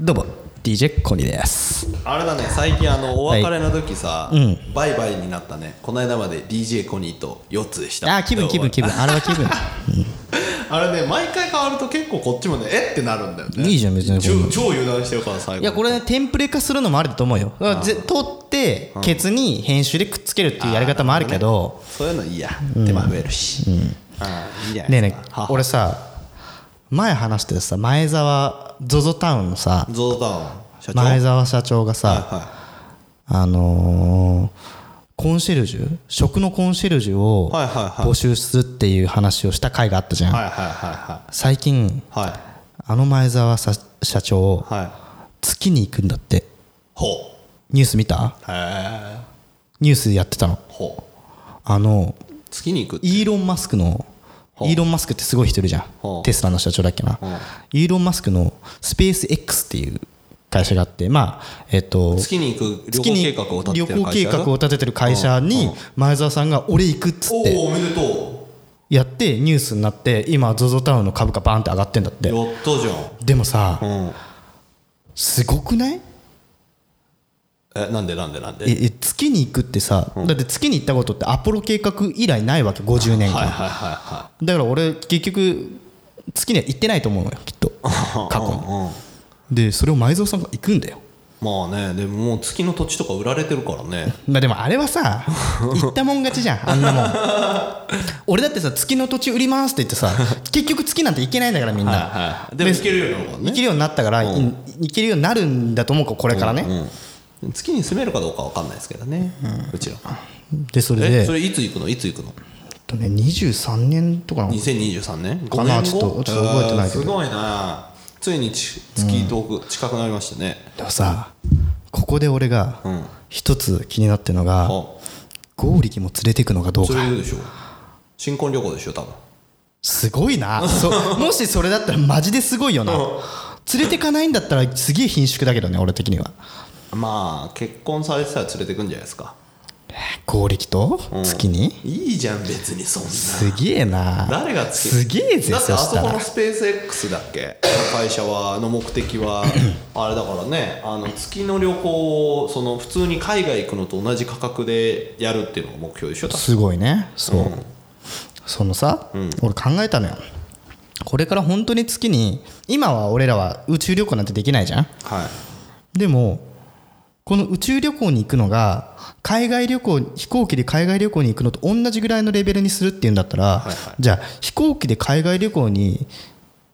どうも DJ コニーですあれだね最近あのおはい別れの時さ、うんバイバイになったねこの間まで DJ コニーと4つでしたあー気分気分気分あれは気分 あれね毎回変わると結構こっちもねえってなるんだよねいいじゃん別に超超油断してるから最後いやこれねテンプレ化するのもあると思うよだからぜ取ってケツに編集でくっつけるっていうやり方もあるけどそういうのいいや、手間増えるし、ああいいじゃないねえですねかえは俺さ前話してたさ前澤 ZOZO タウンのさゾゾタウン社長前澤社長がさはあのーコンシェルジュ食のコンシェルジュをはいはいはい募集するっていう話をした回があったじゃいんはいはいは最近いはいはいあの前澤さ社長はい月に行くんだってほうニュース見たへえニュースやってたのほあのう月に行くイーロン・マスクのイーロン・マスクってすごい人いるじゃほんうテスラの社長だっけなイーロン・マスクのスペース X っていう会社があってまあえっと月に行く旅月行に計画を立ててる旅行計画を立ててる会社に前澤さんが俺行くっつおっておおめでとやってニュースになって今 ZOZO タウンの株価バーンって上がってんだっうてやったじゃでもさんうんすごくないえなんでなんでなんでええ月に行くってさ、だって月に行ったことってアポロ計画以来ないわけ50年間、はいはいはいはだから俺結局月には行ってないと思うのよきっ と過去にいうんでそれを前澤さんが行くんだよまあねでももう月の土地とか売られてるからねまあでもあれは さ行ったもん勝ちじゃんあんなもん俺だってさ月の土地売りますって言ってさ結局月なんて行けないんだからみんな、いでも行けるようになるから行けるようになったから、い行けるようになるんだと思うからこれからね、ね、うん、月に住めるかどうかわかんないですけどね、うちらでそれでえそれいつ行くのいつ行くのえっとね、23年とかなの2023年かな5年後ちょっとちょっと覚えてないけどあーすごいなついにち月遠く、近くなりましたねでもさここで俺がうん一つ気になってるのが、あ剛力も連れてくのかどうそかれでしょ新婚旅行でしょ多分すごいなそ もしそれだったらマジですごいよな連れてかないんだったらすげえ貧縮だけどね俺的にはまあ結婚されてたら連れてくんじゃないですか剛力と月に、いいじゃん別にそんなすげえな誰が月すげえぜだってあそそしこたのらスペース X だっけの会社はの目的 はあれだからねあの月の旅行をその普通に海外行くのと同じ価格でやるっていうのが目標でしょすごいねそう、そのさ、俺考えたのよこれから本当に月に今は俺らは宇宙旅行なんてできないじゃんはいでもこの宇宙旅行に行くのが海外旅行飛行機で海外旅行に行くのと同じぐらいのレベルにするっていうんだったら、はいはいじゃあ飛行機で海外旅行に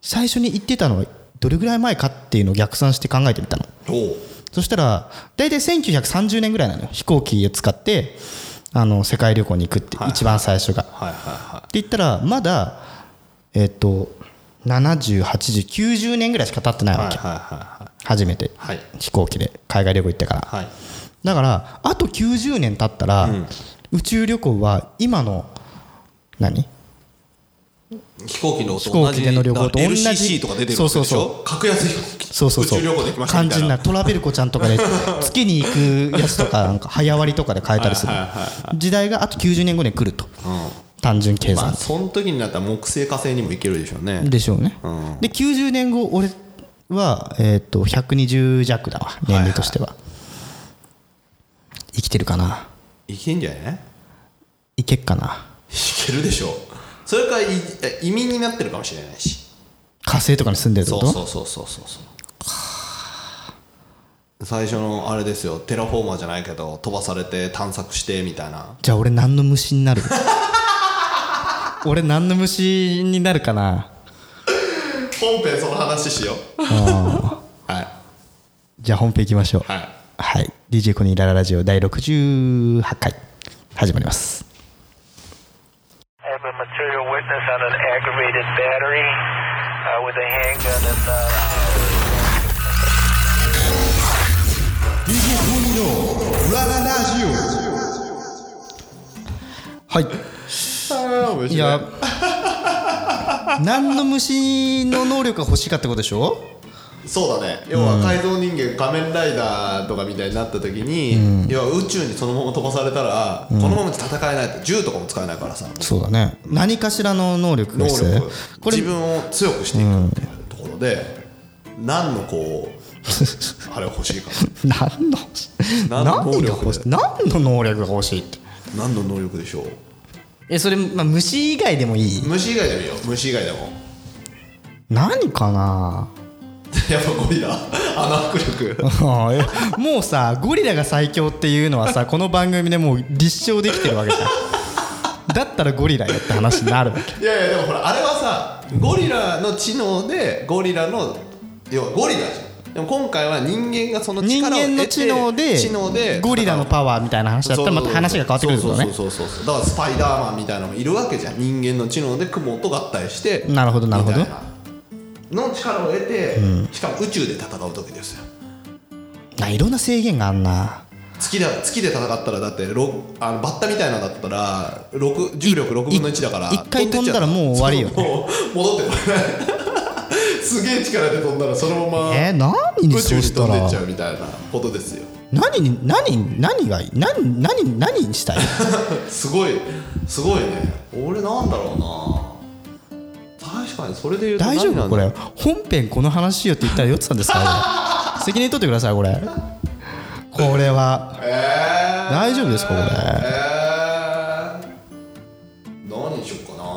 最初に行ってたのはどれぐらい前かっていうのを逆算して考えてみたのおうそしたら大体1930年ぐらいなのよ飛行機を使ってあの世界旅行に行くって一番最初が。はいはいはって言ったらまだえっ、と708090年ぐらいしか経ってないいわはいけ、は初めていはい飛行機で海外旅行行ってからはいはいだからあと90年経ったら、宇宙旅行は今の何飛行機の飛と行同機じでの旅行と同じ LCC とか出てるそうわそけうでしそうょ格安飛行機そうそうそう宇宙旅行できました肝みたい心ななトラベル子ちゃんと かで月に行くやつとかなんか早割りとかで買えたりするはいはいは時代があと90年後に来るとうん単純計まあ算その時になったら木星火星にも行けるでしょうねでしょうねうんで90年後俺はえっと120弱だわ年齢としては生きてるかな行けんじゃないいけっかないけるでしょそれからいえ移民になってるかもしれないし火星とかに住んでるってそこうとそうそうそうそう最初のあれですよテラフォーマーじゃないけど飛ばされて探索してみたいなじゃあ俺何の虫になる 俺何の虫になるかな本編その話しようはいじゃあ本編いきましょうはいはい、DJ コニーラララジオ第68回始まります I have a material witness on an aggravated battery uh, with a handgun and. Uh DJ コニーのラララジオはいいや何の虫の能力が欲しいかってことでしょそうだね要は改造人間仮面ライダーとかみたいになった時に、要は宇宙にそのまま飛ばされたら、このままじゃ戦えないと銃とかも使えないからさそうだね何かしらの能力が能必要力これ自分を強くしていくっていうところで、何のこう あれ欲しいか何の何の能何力が欲しい何の能力が欲しいってな何の能力でしょうえそれ、まあ、虫以外でもいい虫以外でもいいよ虫以外でも 何かなやっぱゴリラあの迫力ああえもうさゴリラが最強っていうのは さこの番組でもう立証できてるわけじゃんだったらゴリラやって話になるわけいやいやでもほらあれはさゴリラの知能でゴリラの要はゴリラじゃんでも今回は人間がその人力を得て間の知能で知能でゴリラのパワーみたいな話だったらまた話が変わってくるけどねそうそうそうそうだからスパイダーマンみたいなのもいるわけじゃん人間の知能で雲と合体してなるほどなるほどみたいなの力を得て、しかも宇宙で戦う時ですよないろんな制限があんな月だ月で戦ったらだってろあのバッタみたいなのだったら6重力6分の1だからい一回飛んだらもう終わりよね そうもう戻ってこれない すげえ力で飛んだらそのままえ何宇に宙そうにした飛んでっらちゃうみたいなことですよ何に何何がいい何何何に したいすごいすごいね俺なんだろうな確かにそれで言うと大丈夫何こなれんだ本編この話しようって言ったら酔ってたんです かこれ責任取ってくださいこれこれはえー大丈夫ですかこれえー、何にしよっかな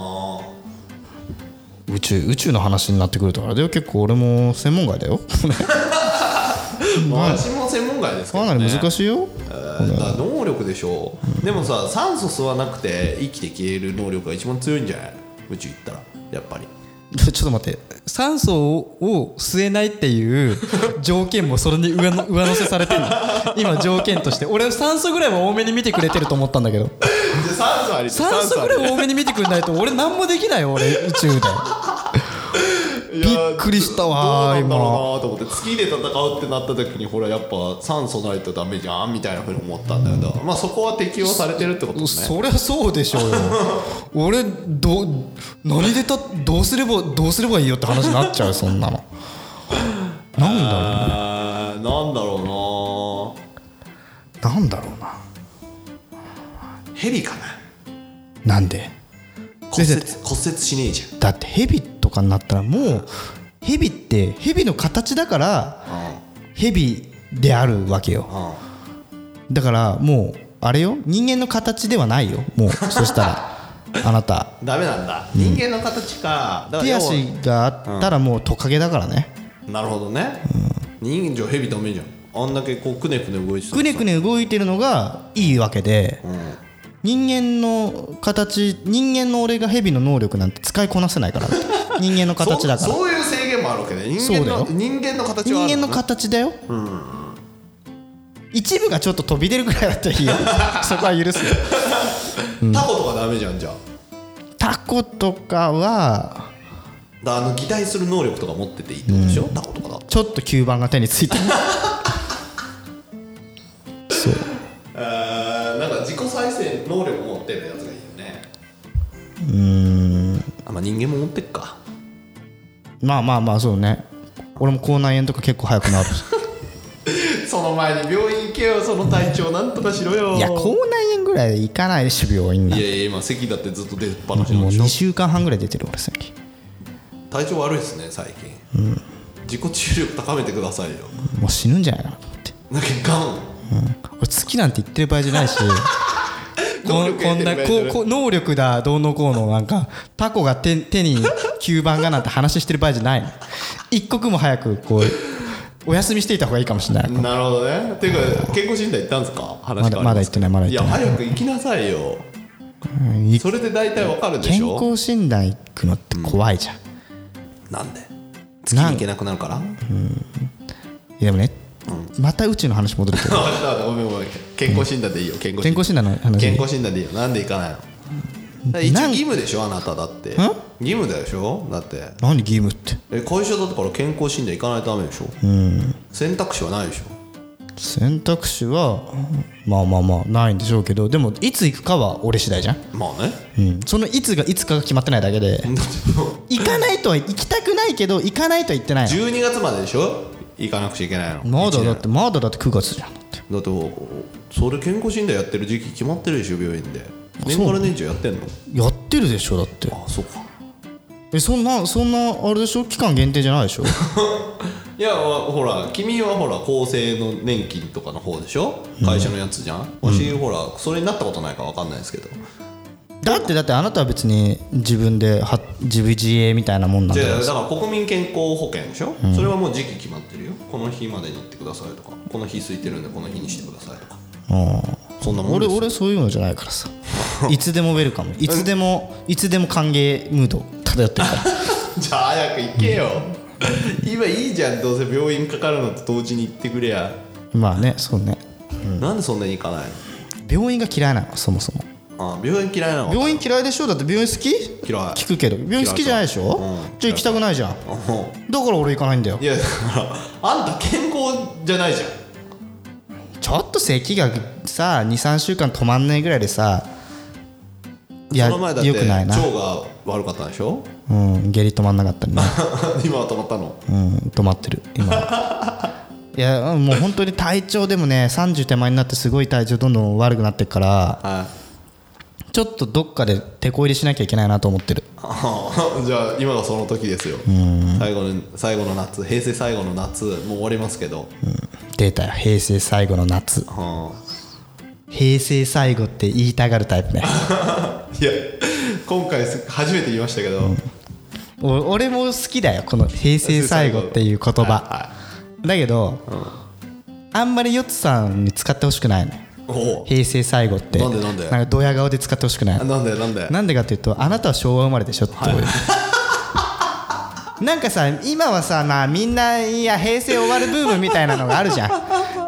宇宙宇宙の話になってくるとあれだよ結構俺も専門外だよ私も専門外ですけど、かね、なり難しいよえーだから能力でしょうでもさ酸素吸わなくて生きて消える能力が一番強いんじゃない宇宙行ったらやっぱ り ちょっと待って酸素を吸えないっていう条件もそれに上の上乗せされて るの今条件として俺酸素ぐらいは多めに見てくれてると思ったんだけどじゃあ酸素あり 酸素ぐらい多めに見てくれないと俺何もできないよ俺宇 宙でびびっくりしたわどうなんだろうなと思って月で戦うってなった時にほらやっぱ酸素ないとダメじゃんみたいなふうに思ったんだけど、まあそこは適用されてるってことですねそりゃそうでし ょうよ俺どう何でたどうすればどうすればいいよって話になっちゃうそんなのなんだろあーなんだろうなんだろうなうなヘビかななんで骨折先骨折しねえじゃんだってヘビとかになったらもうヘビってヘビの形だからヘビであるわけようんうんだからもうあれよ人間の形ではないよもうそした らあなたダメなんだ人間の形かだから手要は足があったらもうトカゲだからねなるほどね、人間じゃヘビダメじゃんあんだけこうくねくね動いてたらくねくね動いてるのがいいわけでうん人間の形人間の俺がヘビの能力なんて使いこなせないから 人間の形だかそらそういう制限もあるわけね人間のそうだよ人間の形人はある間の形だよ一部がちょっと飛び出るくらいだったらいい よそこは許すよタコとかダメじゃんじゃあタコとかはだからあの擬態する能力とか持ってていいってことでしょ、タコとかだとちょっと吸盤が手について るそうえー、なんか自己再生能力持ってるやつがいいよねうんあまあ人間も持ってっかまあまあまあそうね俺も口内炎とか結構早くなる その前に病院行けよその体調なんとかしろよいや口内炎ぐらいで行かないでしょ病院なんいてやいや今咳だってずっと出っ放しなもんうでしょ2週間半ぐらい出てる俺最近体調悪いですね最近、自己治癒力高めてくださいよもう死ぬんじゃないかなと思ってなんかガン俺好きなんて言ってる場合じゃないしこ 能ん力こんな得てるこうこう能力だどうのこうのなんかタコが手手に吸盤がなんて話してる場合じゃないの一刻も早くこうお休みしていた方がいいかもしれないなるほどねていうか健康診断行ったんですか話まだ変わりすけどまだ行ってないまだ行ってないいや早く行きなさいようんいそれで大体わかるでし健ょ康診断行くのって怖いじゃん、なんで月に行けなくなるからいやでもね、また宇宙の話戻るけど あごめんごめん健康診断でいいよ健康健康診断の話健康診断でいいよなんで行かないのだから一応なん義務でしょあなただって義務でしょだって何義務ってえ会社だったから健康診断行かないとダメでしょ選択肢はないでしょ選択肢はまあまあまあないんでしょうけどでもいつ行くかは俺次第じゃん、まあね うん、そのいつがいつかが決まってないだけでだってもう行かないとは行きたくないけど行かないとは言ってない12月まででしょ行かなくちゃいけないののまだ一だ年ってまだだって9月じゃんだってだっておそれ健康診断やってる時期決まってるでしょ病院で年から年中やってんのやってるでしょだってあそうか えそんなそんなあれでしょ期間限定じゃないでしょいやほら君はほら厚生の年金とかの方でしょ会社のやつじゃん、わしほらそれになったことないかわかんないですけど、だってだってあなたは別に自分では自分自営みたいなもんなんじだゃあよだから国民健康保険でしょ、それはもう時期決まってるよこの日までに行ってくださいとかこの日空いてるんでこの日にしてくださいとかそんなもん俺です俺そういうのじゃないから さいつでもウェルカムいつでもいつでも歓迎ムード漂ってるからじゃあ早く行けよ今いいじゃんどうせ病院かかるのと同時に行ってくれや、 まあねそうねなんでそんなに行かないの病院が嫌いなのそもそもあ病院嫌いなの病院嫌いでしょだって病院好き嫌い聞くけど病院好きじゃないでしょ、うんじゃあ行きたくないじゃんうだから俺行かないんだよんいやだからあんた健康じゃないじゃんちょっと咳がさ23週間止まんないぐらいでさいやその前だってよくないな、腸が悪かったでしょ うん、下痢止まんなかったりね、今は止まったのうん、止まってる今いやもう本当に体調でもね30手前になってすごい体調どんどん悪くなってっからはい ちょっとどっかで手こ入れしなきゃいけないなと思ってるあじゃあ今がその時ですよ最後の最後の夏平成最後の夏もう終わりますけど、データ平成最後の夏はあ平成最後って言いたがるタイプねいや今回す初めて言いましたけど、お俺も好きだよこの平成最後っていう言葉、だけど、あんまりヨッツさんに使ってほしくないのお平成最後ってなんでなんでかドヤ顔で使ってほしくないおのなんでなんでなんでかっていうとあなたは昭和生まれでしょっていう、 なんかさ今はさまあみんないや平成終わるブームみたいなのがあるじ ゃん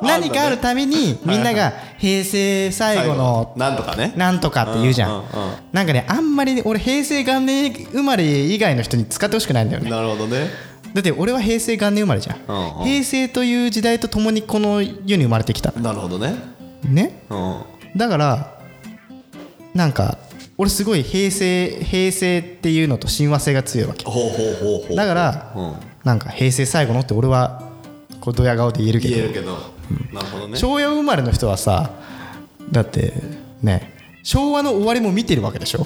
何かあるたびにみんなが平成最後のなんとかねなんとかって言うじゃん,、うんうんうんなんかねあんまりね俺平成元年生まれ以外の人に使ってほしくないんだよねなるほどねだって俺は平成元年生まれじゃん、うんうん平成という時代とともにこの世に生まれてきたなるほどねねうんだからなんか俺すごい平成平成っていうのと親和性が強いわけほうほうほうほうだから、うんなんか平成最後のって俺はこうドヤ顔で言えるけど言えるけどなるほどね昭和生まれの人はさだってね昭和の終わりも見てるわけでしょ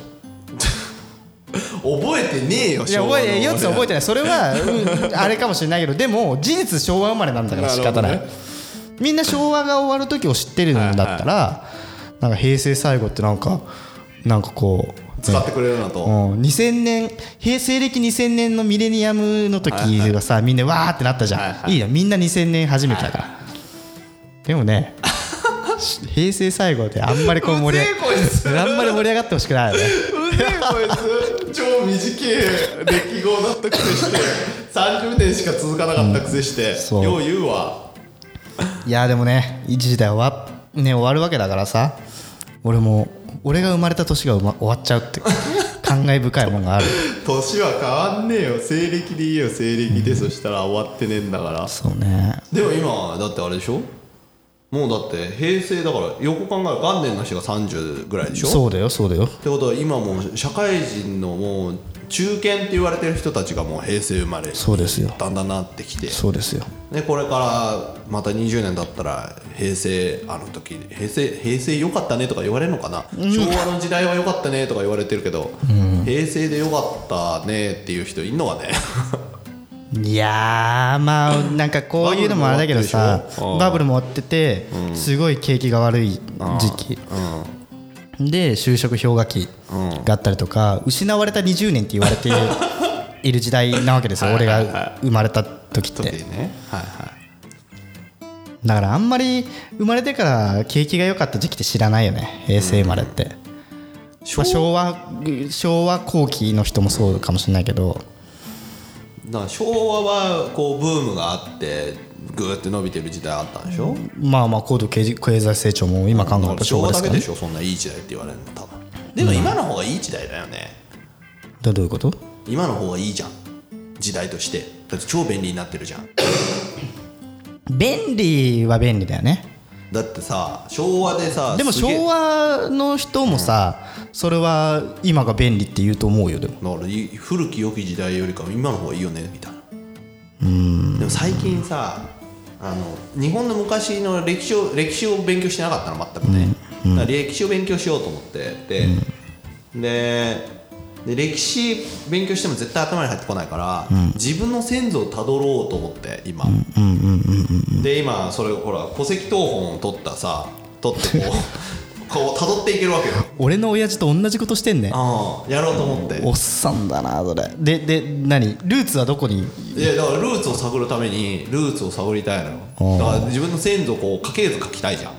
覚えてねえよいや覚え4つ覚えててないそれは、うんあれかもしれないけどでも事実昭和生まれなんだから仕方ないなるほどみんな昭和が終わる時を知ってるんだったらなんか平成最後ってなんかなんかこう使ってくれるなと、うん、2000年平成歴2000年のミレニアムの時がさ、みんなわーってなったじゃん、はいいはいい、よみんな2000年初めてだから、でも ね平成最後であんまりこう盛りうぜえこいつ上があんまり盛り上がってほしくないよねうぜえこいつ超短い歴語だったくせして30年しか続かなかったくせして、そうよう言うわいやでもね一時代終わ,、ね、終わるわけだからさ俺も俺が生まれた年がうま終わっちゃう って感慨深いもんがある年は変わんねえよ西暦でいいよ西暦で、そしたら終わってねえんだからそうねでも今だってあれでしょもうだって平成だから横考える元年の人が30ぐらいでしょそうだよそうだよってことは今もう社会人のもう中堅って言われてる人たちがもう平成生まれそうですよだんだんなってきてそうですよでこれからまた20年だったら平成あの時平成平成良かったねとか言われるのかな、昭和の時代は良かったねとか言われてるけど、平成で良かったねっていう人いんのかねいやーまあなんかこういうのもあれだけどさババブルも追っててすごい景気が悪い時期で就職氷河期があったりとか失われた20年って言われている時代なわけですよ俺が生まれた時っ 時てねはいはいだからあんまり生まれてから景気が良かった時期って知らないよね平成生まれって、まあ、昭和昭和後期の人もそうかもしれないけどだから昭和はこうブームがあってぐーって伸びてる時代あったんでしょ、まあまあ高度経済成長も今考えると昭昭和和でだすかけら、でね、しょそんないい時代って言われるの多分でも今の方がいい時代だよねどどういうこと今の方がいいじゃん時代としてだって超便利になってるじゃん便利は便利だよねだってさ昭和でさでもすげえ昭和の人もさそれは今が便利って言うと思うよでもだからい古き良き時代よりかは今の方がいいよねみたいなでも最近さあの日本の昔の歴史を歴史を勉強してなかったの全くね、だから歴史を勉強しようと思ってで、でで歴史勉強しても絶対頭に入ってこないから、自分の先祖をたどろうと思って今、で今それをほら戸籍謄本を取ったさ取ってこ うこうたどっていけるわけよ俺の親父と同じことしてんねああやろうと思っておっさんだなそれでで何ルーツはどこにいやだからルーツを探るためにルーツを探りたいのよだから自分の先祖をこう家系図書きたいじゃん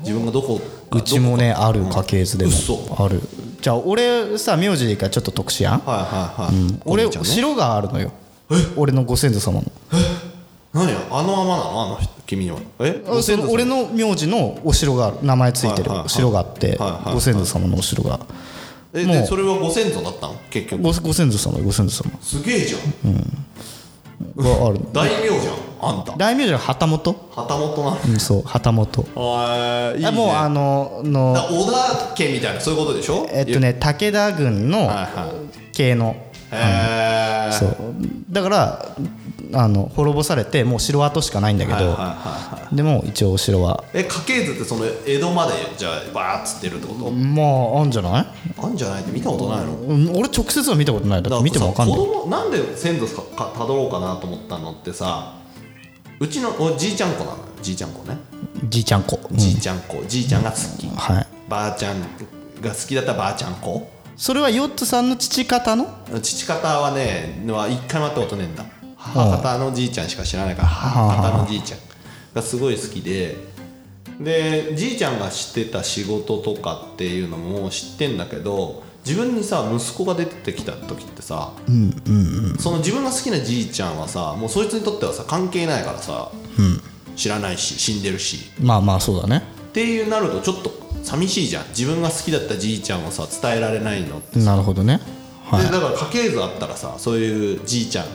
自分がどこうちもねある家系図でも嘘あるじゃあ俺さ名字がちょっと特殊やんはいはいはい、俺お兄ちゃんね城があるのよ俺のご先祖様の何よあのままなのあの人君はえあその俺のの名字のお城がある名前ついてるはいはいはい城があってはいはいはいご先祖様のお城がえもうでそれはご先祖だったの結局ごご先祖様ご先祖様すげえじゃんがあるの大名じゃんあんた大名字が旗本旗本なのうんそう旗本あーいい、ね、あもうあののの織田家みたいなそういうことでしょえっとね武田軍のはいはい系のへえそうだからあの滅ぼされてもう城跡しかないんだけはいはいどはいはいでも一応お城はえ家系図ってその江戸までじゃあバーッつってるってこと、まああんじゃないあんじゃないって見たことないの、うん俺直接は見たことないだって見てもわかんないだらさ子供なんで先祖かたどろうかなと思ったのってさうちのおじいちゃん子なのよじいちゃん子ね、じいちゃん子、うんじいちゃん子じいちゃんが好き、はいばあちゃんが好きだったばあちゃん子それはヨットさんの父方の父方はねは一回も会ったことねえんだ母方のじいちゃんしか知らないから母方のじいちゃんがすごい好きででじいちゃんがしてた仕事とかっていうのも知ってんだけど自分にさ息子が出てきた時ってさ、その自分が好きなじいちゃんはさもうそいつにとってはさ関係ないからさ、知らないし死んでるしまあまあそうだねっていうなるとちょっと寂しいじゃん自分が好きだったじいちゃんをさ伝えられないのってなるほどねはでだから家系図あったらさそういうじいちゃん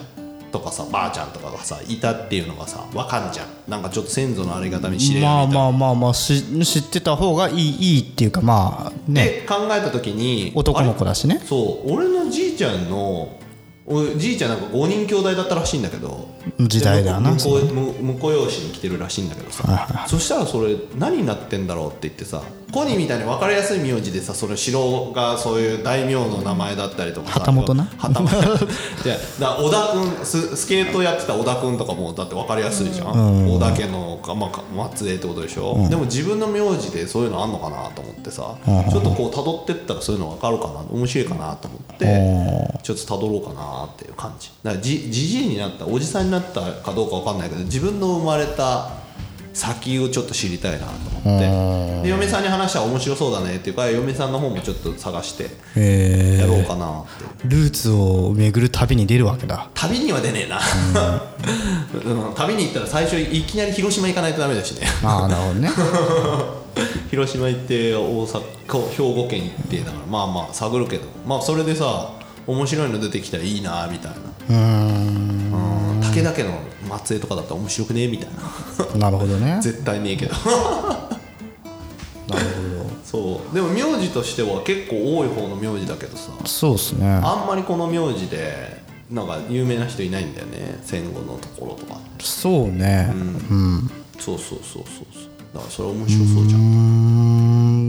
とかさばあちゃんとかがさいたっていうのがさわかんじゃんなんかちょっと先祖のありがたみ知いれるみまたあいな、まあまあまあし知ってた方がいいいいっていうかまあねで考えた時に男の子だしあねれそう俺のじいちゃんのおじいちゃんなんか5人兄弟だったらしいんだけど時代だなで向こうむ婿養子に来てるらしいんだけどさそしたらそれ何になってんだろうって言ってさコニーみたいに分かりやすい名字でさその城がそういう大名の名前だったりとかさ旗本な旗本いやだ小田君ススケートやってた小田君とかもだって分かりやすいじゃん、小田家のか、まあか、末裔ってことでしょ、でも自分の名字でそういうのあんのかなと思ってさ、ちょっとこう辿ってったらそういうの分かるかな面白いかなと思って、ちょっと辿ろうかなっていう感じだからじじじいになったおじさんになったかどうか分かんないけど自分の生まれた先をちょっと知りたいなと思ってで嫁さんに話したら面白そうだねっていうから嫁さんの方もちょっと探してえやろうかなっていう。ルーツを巡る旅に出るわけだ旅には出ねえな、うん、旅に行ったら最初いきなり広島行かないとダメだしねああなる ほどね広島行って大阪兵庫県行ってだからまあまあ探るけどまあそれでさ面白いの出てきたらいいなみたいなうん武田家の末裔とかだったら面白くねみたいななるほどね絶対ねえけどなるほそうでも名字としては結構多い方の名字だけどさどそうですねあんまりこの名字でなんか有名な人いないんだよね戦後のところとかそうねそうそうそうそうそうだからそれ面白そうじゃん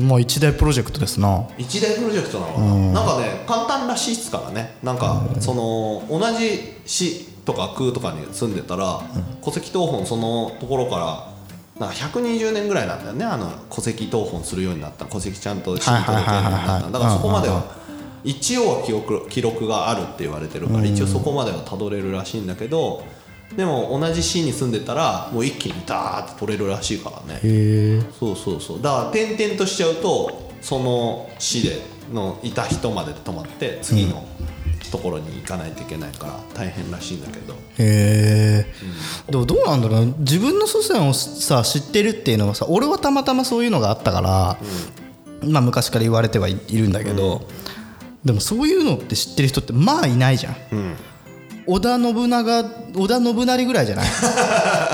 うんまあ一大プロジェクトですな一大プロジェクトなのかな、なんかね簡単らしいっすからねなんか、その同じ市とか区とかに住んでたら、戸籍謄本そのところからなんか120年ぐらいなんだよねあの戸籍謄本するようになった戸籍ちゃんと市に届けるようにはいはないはいはっいはたいだからそこまでうは一応は記憶記録があるって言われてるから一応そこまではたどれるらしいんだけどでも同じ市に住んでたらもう一気にダーって取れるらしいからねへえそうそうそうだから転々としちゃうとその市でのいた人まで泊まって次のところに行かないといけないから大変らしいんだけどへえでもどうなんだろうね自分の祖先をさ知ってるっていうのはさ俺はたまたまそういうのがあったから、まあ昔から言われてはいいるんだけど、でもそういうのって知ってる人 ってまあいないじゃん、織田信長織田信成ぐらいじゃない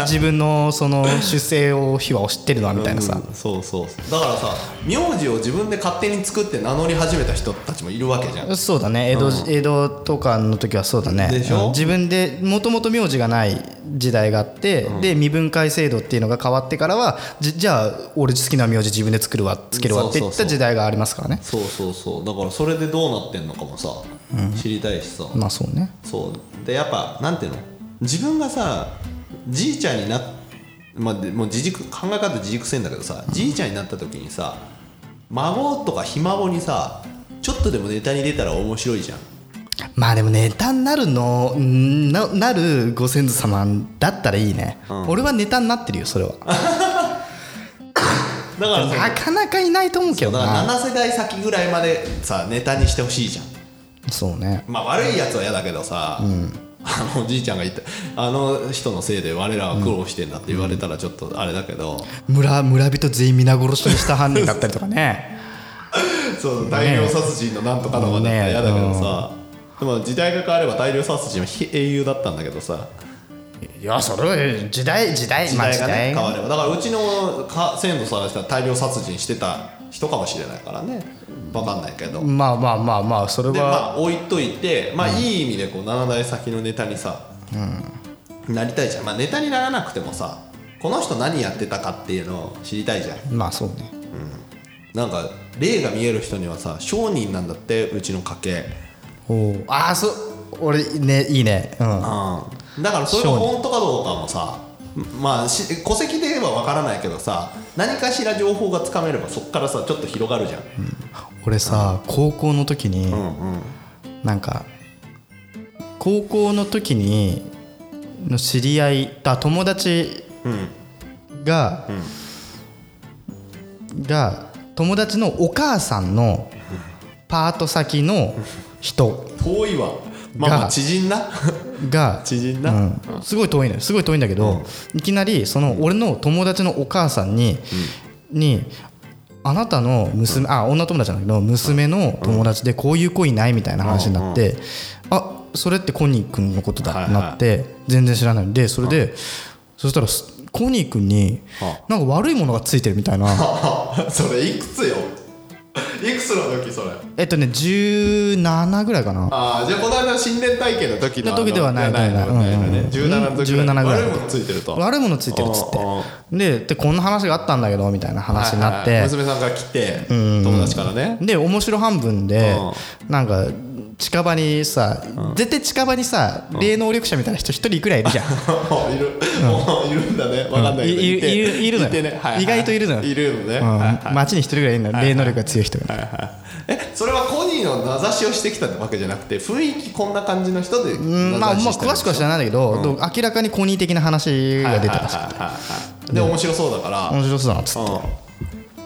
自分のその出生を秘話を知ってるなみたいなさ、うんそうそうそうだからさ名字を自分で勝手に作って名乗り始めた人たちもいるわけじゃんそうだね江戸,、江戸とかの時はそうだねでしょうん自分でもともと名字がない時代があって、で未分解制度っていうのが変わってからはじじゃあ俺好きな名字自分で作るわつけるわっていそうっそうそたう時代がありますからねそうそうそうだからそれでどうなってんのかもさ、知りたいしさ、まあそうねそうでやっぱなんていうの自分がさじいちゃんになっまあ、でもう自軸考え方自軸せんだけどさじいちゃんになった時にさ孫とかひ孫にさちょっとでもネタに出たら面白いじゃんまあでもネタになるのんななるご先祖様だったらいいね、俺はネタになってるよそれはだからさなかなかいないと思うけどだからな7世代先ぐらいまでさネタにしてほしいじゃんそうねまあ悪いやつは嫌だけどさ、あのおじいちゃんが言ったあの人のせいで我らは苦労してんだって言われたらちょっとあれだけど、村村人全員皆殺しにした犯人だったりとかねそう大量殺人のなんとかのまでね嫌だけどさ、でも時代が変われば大量殺人は非英雄だったんだけどさいやそれは時代時代時まあ代時が、ね代変わればだからうちのか先祖さんしたら大量殺人してた人かもしれないからね分かんないけど、まあまあまあまあそれではまあ置いといてまあいい意味でこう7代先のネタにさ、なりたいじゃん、まあ、ネタにならなくてもさこの人何やってたかっていうのを知りたいじゃんまあそうねなんか霊が見える人にはさ商人なんだってうちの家系おうああそう俺ねいいねうんうんだからそれが本当かどうかもさまあし戸籍ではわからないけどさ何かしら情報がつかめればそっからさちょっと広がるじゃん、俺さ高校の時になんか高校の時にの知り合いだ友達がが友達のお母さんのパート先の人遠いわまあまあが知 人なが知人な、うん、すごい遠いのよすごい遠いんだけど、いきなりその俺の友達のお母さんに、にあなたの娘、あ女友達なんだけど娘の友達でこういう子いないみたいな話になって、あそれってコニー君のことだってなって、全然知らないんでそれで、そしたらすコニー君になんか悪いものがついてるみたいな それいくつよ いくつの時それ えっとね17ぐらいかなああじゃあこの間心霊体験の時のの時ではないあのじゃうんうんないのねうん17の時17ぐらい悪いものついてると悪いものついてるっつってででこんな話があったんだけどみたいな話になって、はいはい娘さんから来て友達からねで面白半分でなんか近場にさ絶対近場にさ霊能力者みたいな人一人くらいいるじゃん いるいるんだねわかんないけどいいているいるのよてねはは意外といるのよいるのねうんはい 街に一人くらいいるのよ霊能力が強い人がえそれはコニーの名指しをしてきたわけじゃなくて雰囲気こんな感じの人でうんまあまあ名指してる詳しくは知らないんだけどでも明らかにコニー的な話が出てたしはいはいはいで面白そうだから面白そうだなっつっ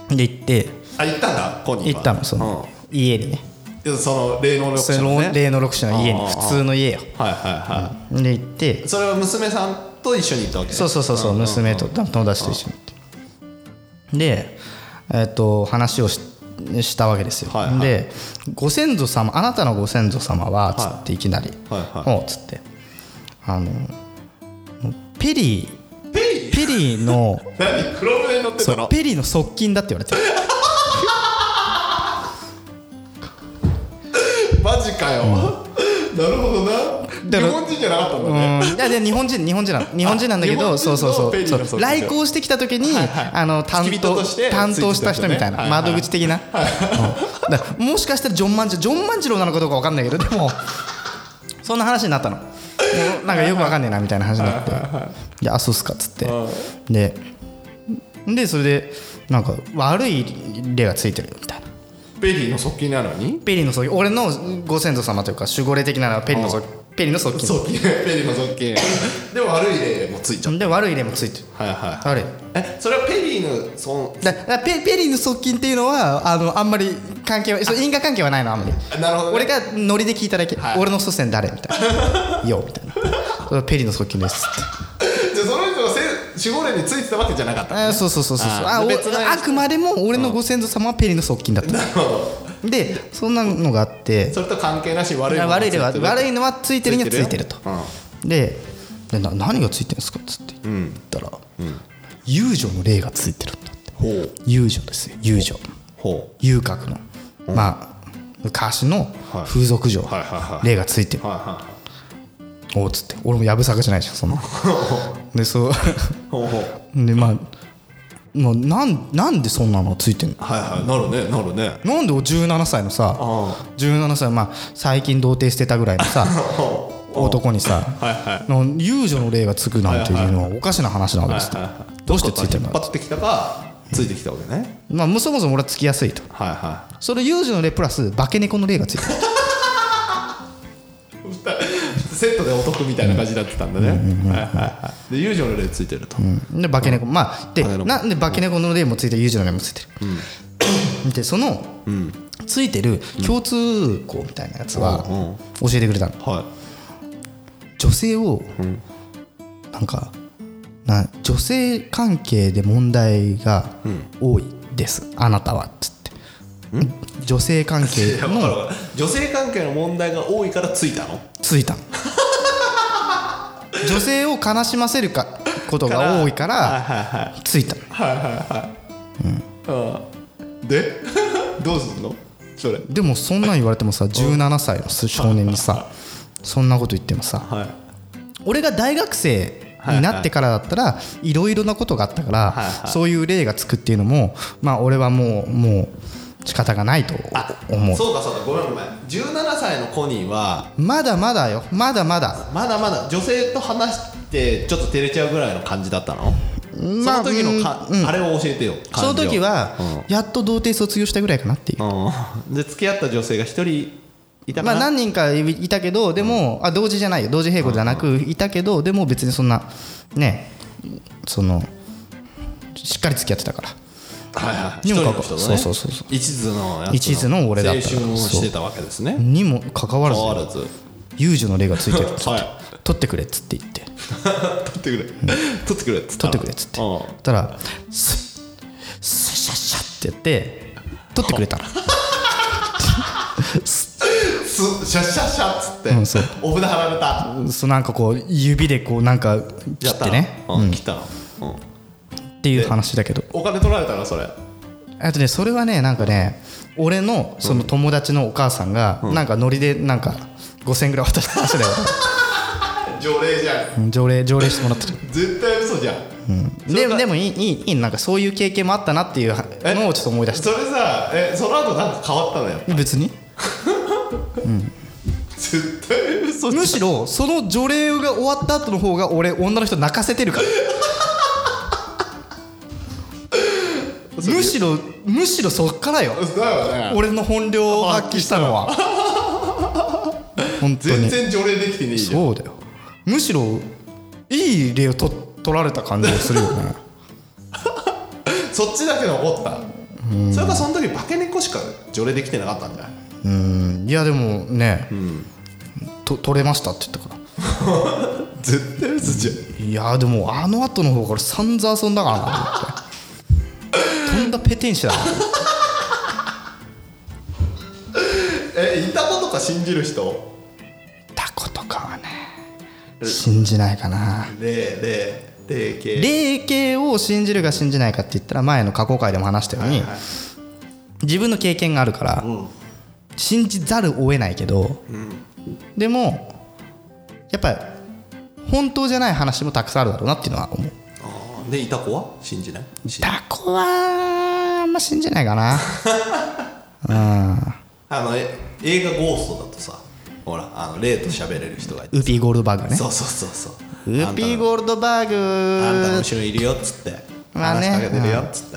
うてんで行ってあ行ったんだコニー行はったのその家にねうんでその霊能力そ者のねの霊能力者の家にうんうんうん普通の家よはいはいはいで行ってそれは娘さんと一緒に行ったわけねそうそうそうそう娘と友達と一緒に行ってでえっ、と話をししたわけですよ、はいはいでご先祖様あなたのご先祖様はつっていきなり、はいはおうつってあのペリペリーペリー の何黒船に乗ってたのペリーの側近だって言われてるマジかよ、 なるほどなだか日ら本人じゃなかったんだうね、んいやで日本人日本人なの日本人なんだけあど日そう本人そのうそペリーのう側そ近う来航してきた時にあの担付き人当として担当した人みたいつないてた人ね窓口的なうんだからもしかしたらジョン万次郎ジョン万次郎なのかどうかわかんないけどでもそんな話になったのもうなんかよくわかんねえなみたいな話になってであそうっすかっつってででそれでなんか悪い例がついてるよみたいなペリーの側近なのにペリーの側近俺のご先祖様というか守護霊的なのはペリーの側ペリーの側近側近ペリーの側近 でも悪い例もついちゃっで悪い例もついてるたはいはい悪いえそれはペリーのそだだペペリーの側近っていうのはあのあんまり関係はそう因果関係はないのあんまりなるほどね俺がノリで聞いただけ、俺の祖先誰みたい な「よ」みたいな「それはペリーの側近です」ってじゃあその人がせ守護霊についてたわけじゃなかったあーそうそうそうそうそうああーお別のあくまでも俺のご先祖様はペリーの側近だった、なるほでそんなのがあってどそれと関係なしに悪いものが悪い例はつてる悪いのはついてるにはついてると、ででな何がついてるんですかっつって言ったら、遊女の霊がついてるんだってほう遊女ですよ遊女ほ遊郭の、まあ昔の風俗嬢、はいはいはいはい霊がついてる、うはいはおうっつって俺もやぶさかじゃないじゃんそん なでそう いほうほうでまあもうなんなんでそんなのついてんのはいはいなるねなるねなんで17歳のさあ17歳まあ最近童貞してたぐらいの さ男にさ、の遊女の霊がつくなんていうのはおかしな話なわけですと、はいはいどうしてついてん引っ張の、ってきたかついてきたわけねまあ、もうそもそも俺はつきやすいとはいはそれ遊女の霊プラス化け猫の霊がついてるいセットでお得みたいな感じになってたんだねはいはいはいで友情の例ついてるとで化け猫まあで化け猫なんで化け猫の霊もついてる遊女の霊もついてる、でその、ついてる共通項みたいなやつは教えてくれたのは女性を、なんかな女性関係で問題が多いです、あなたはっつって女性関係いの女性関係の問題が多いからついたのつ いたの女性を悲しませるかことが多いからついたので どうすんのそれでもそんなん言われてもさ17歳の少年にさそんなこと言ってもさはい俺が大学生になってからだったらいろいろなことがあったからそういう例がつくっていうのもまあ俺はもうもう仕方がないと思うそうかそうかごめんごめん17歳のコニーはまだまだよまだまだまだまだ女性と話してちょっと照れちゃうぐらいの感じだったの、まあその時のか、うんうんあれを教えてよその時、はやっと童貞卒業したぐらいかなっていう感情うん、で付き合った女性が一人いたまかあな、何人かいいたけどでもあ同時じゃないよ同時並行じゃなくいたけどでも別にそんなねそのしっかり付き合ってたからはいはい、にもか一か人の人とそうそうそうそう一途のやつ一途の俺だった青春をしてたわけですねにもかかわら変わずらず遊女の霊がつい てるっつっては取ってくれっつって言ってい取ってくれ取ってくれっつった取っのてくれっつってう言ったらスッスッシャッシャッってやって取ってくれたのんすシャッシャッシャッつって、うんそうお札貼られたそうなんかこう指でこうなんか切やってねのうん、切ったの、うん、っていう話だけどお金取られたのそれあとねそれはねなんかね俺のその友達のお母さんがなんかノリでなんか5000円ぐらい渡した 話だよ条例じゃんうん条例条例してもらってる絶対嘘じゃん、それでがでもいいいいいいなんかそういう経験もあったなっていうえのをちょっと思い出しそれさえその後なんか変わったのよた別に絶対嘘じゃんむしろその除霊が終わった後の方が俺女の人泣かせてるから むしろむしろそっからよ嘘だよね俺の本領を発揮したのは本当全に然条例できてねえじゃんそうだよむしろいい例をと取られた感じがするよ ねそっちだけ残ったそれからその時化け猫しか条例できてなかったんじゃないうんいやでもね、と取れましたって言ったか絶対嘘じゃんらいやでもあの後の方から散々遊んだからなと 思ってとんだペテン師だなえいたことか信じる人タコとかはね信じないかな霊霊霊系霊系を信じるか信じないかって言ったら前の過去回でも話したように自分の経験があるから信じざるを得ないけどでもやっぱり本当じゃない話もたくさんあるだろうなっていうのは思うあーでいた子は信じない信じタコはあんま信じないか なあのえ映画「ゴースト」だとさほらあの霊と喋れる人がいてウピーゴールドバーグねそうそうそうそうウピーゴールドバあんたのあんたのーグ後ろにいるよっつってまあね話しかけてるよっつって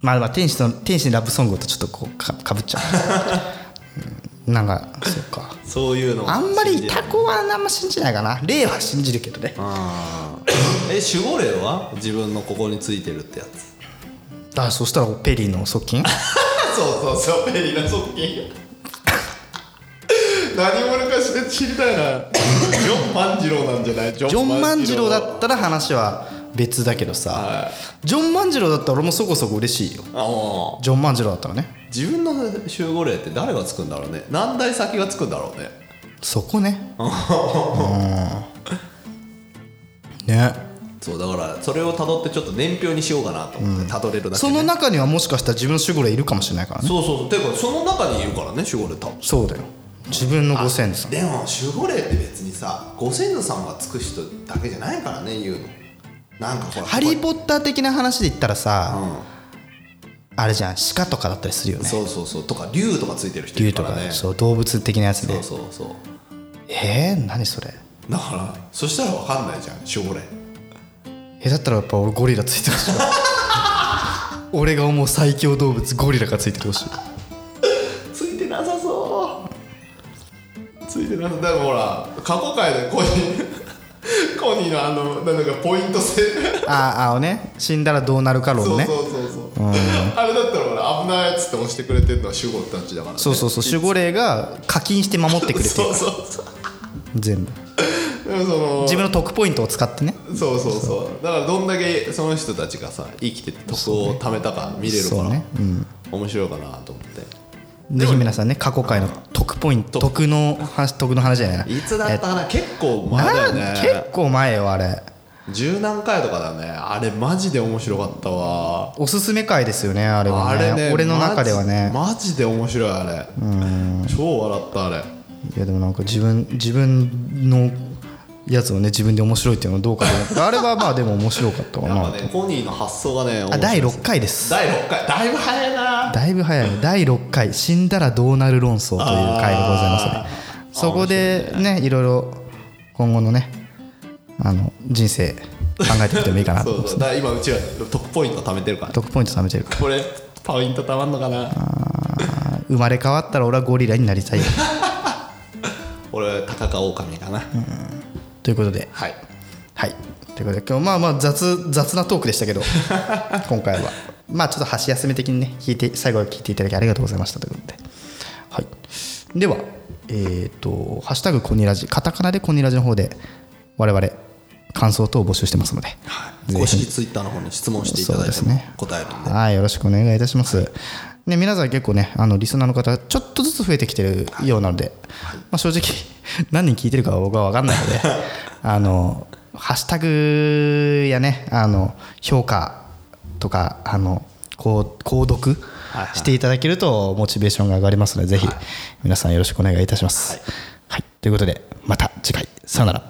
まあまあ天使の天使のラブソングとちょっとこうかかぶっ ちゃううんなんかそっかそういうのをあんま信りじるタコはあんま信じないかな霊は信じるけどねだかえ守護霊は自分のここについてるってやつらそしたらペリーの側 近そうそうそうペリーな側近何者かして知りたいなジョン万次郎なんじゃないジジョン万次郎だあったら話は別だけどさジョン万次郎だったら俺もそこそこ嬉しいよあジョン万次郎だったらね自分の守護霊って誰がつく んだろうね何代先がつくんだろうねそこねねそうだからそれをたどってちょっと年表にしようかなと思ってたどれるだけそね、の中にはもしかしたら自分の守護霊いるかもしれないからねそうそうそうていうかその中にいるからね守護霊多分そうだよ自分のご先祖さんでも守護霊って別にさご先祖さんがつく人だけじゃないからね言うのなんかほらハリー・ッポッター的な話で言ったらさ、あれじゃん鹿とかだったりするよねそうそうそうとか竜とかついてる人い竜るかとらか、ねそう動物的なやつでそうそうそうえー、何それだからそしたらわかんないじゃん守護霊えだったらやっぱ俺ゴリラついてほしい わ俺が思う最強動物ゴリラがついてほしいついてなさそうついてなさそうだからほら過去回でコニー コニーのあのなんだかポイント制あーあーね死んだらどうなるか論ねそうそうそうそう、あれだったらほら危ないっつって押してくれてるのは守護たちだから、ね、そうそうそう守護霊が課金して守ってくれてるそうそうそう全部でもその自分の得ポイントを使ってねそうそうそうだからどんだけその人たちがさ生きてて得を貯めたか見れるから、そうね面白いかなと思ってぜひ皆さんね過去回の得ポイント得の話得の話じゃないないつだったかな結構え前だなよね結構前よあれ十何回とかだねあれマジで面白かったわおすすめ回ですよねあれはあねれね俺の中ではねマジマジで面白いあれ超笑ったあれいやでもなんか自分自分のやつをね自分で面白いっていうのはどうかと思ってあれはまあでも面白かったかやなっぱねコニーの発想がね面白あいです第6回です第6回だいぶ早いなだいぶ早い第6回「死んだらどうなる論争」という回でございますねあそこでねいろいろ今後のねあの人生考えてみてもいいか なと思いうますそそうだから今うちは得ポイント貯めてるから得ポイント貯めてるからこれポイント貯まんのかな生まれ変わったら俺はゴリラになりたいよ俺鷹か狼かなということではいはいということで今日まあまあ雑雑なトークでしたけど今回はまあちょっと箸休め的にね聞いて最後は聞いていただきありがとうございましたということで、はい、ではえっ、と「ハッシュタグコニラジ」カタカナでコニラジの方で我々感想等を募集してますので、公式ツイッターの方に質問していただいてそうですねも答えるんではい、よろしくお願いいたします。ね、皆さん結構ね、あのリスナーの方、ちょっとずつ増えてきてるようなので、まあ、正直、 何人聞いてるかは僕は分かんないので、 あの、ハッシュタグやね、あの、評価とか、あの、こう購読はいはいしていただけると、モチベーションが上がりますので、ぜひ、皆さんよろしくお願いいたします。はい、ということで、また次回、さよなら。